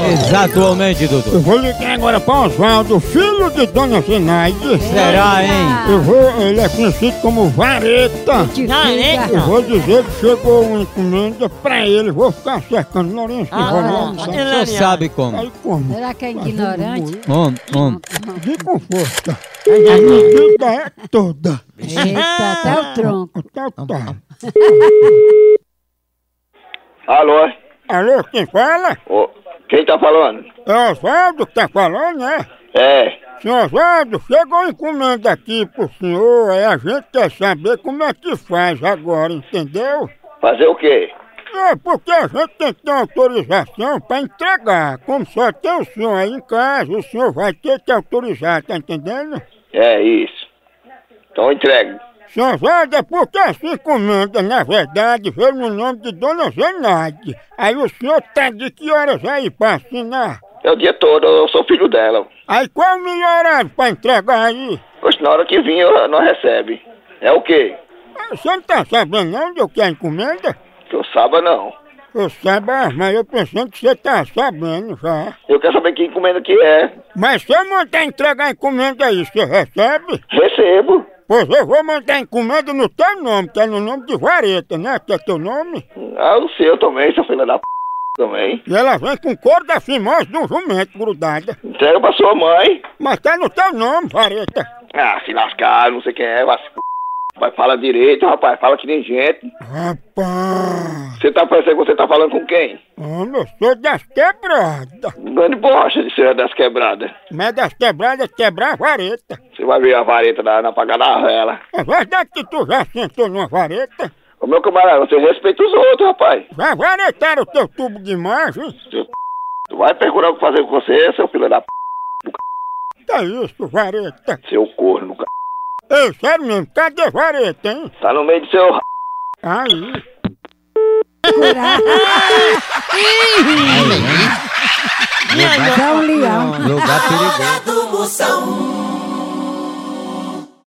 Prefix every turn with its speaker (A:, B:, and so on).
A: mais atualmente, Dudu?
B: Eu vou ligar agora para Oswaldo, filho de Dona Zinaide.
A: Será, hein?
B: Eu vou, ele é conhecido como Vareta. Eu
C: Vareta.
B: vou dizer que chegou uma encomenda pra ele, vou ficar cercando Lourenço e
C: Ah,
B: Rolando.
C: não.
B: sabe?
A: Você sabe como. Hum,
B: Aí como?
C: Será que é ignorante?
A: Homem, homem.
C: É.
B: De conforto. A medida é toda.
C: Eita, até o tronco.
B: Tá, tá.
D: Alô?
B: Alô, quem fala?
D: Ô, quem tá falando?
B: É Oswaldo que tá falando, né?
D: É.
B: Senhor Oswaldo, chegou uma encomenda aqui pro senhor, aí a gente quer saber como é que faz agora, entendeu?
D: Fazer o quê?
B: É, porque a gente tem que ter autorização para entregar. Como só tem o senhor aí em casa, o senhor vai ter que autorizar, tá entendendo?
D: É isso. Então entregue.
B: Senhor Zé, é porque essa encomenda, na verdade, veio no nome de Dona Zenaide. Aí o senhor tá de que horas aí para assinar?
D: É o dia todo, eu sou filho dela.
B: Aí qual o melhor horário para entregar aí?
D: Pois na hora que vim, eu não recebe. É o quê?
B: Ah, Você não tá sabendo não onde eu quero a encomenda?
D: Que eu saiba, não.
B: Eu saiba, mas eu pensando que você tá sabendo já.
D: Eu quero saber que encomenda que é.
B: Mas se eu mandar entregar a encomenda aí, você recebe?
D: Recebo.
B: Pois eu vou mandar encomenda no teu nome, que é no nome de Vareta, né? Que é teu nome.
D: Ah, o seu também, seu filho da p... também.
B: E ela vem com couro da fimose de um jumento grudada.
D: Entrega pra sua mãe.
B: Mas tá no teu nome, Vareta.
D: Ah, se lascar, não sei quem é, vai se p... Vai, fala direito, rapaz, fala que nem gente.
B: Rapaz,
D: Você tá parecendo que você tá falando com quem?
B: homem, eu sou das quebradas.
D: Grande bosta de ser das quebradas.
B: Mas das quebradas quebrar a vareta.
D: Você vai ver a vareta na, na paga da vela.
B: É verdade que tu já sentou numa vareta?
D: Ô meu camarada, você respeita os outros, rapaz.
B: Já varetaram o teu tubo de imagem?
D: Seu p... Tu vai procurar o que fazer com você, seu filho da p...
B: Que isso, vareta?
D: Seu corno do c...
B: Ei, sério mesmo, cadê vareta, hein?
D: Tá no meio do seu... r-
B: Aí.
C: Dá um leão.
A: Lugar perigoso.
E: do Moção.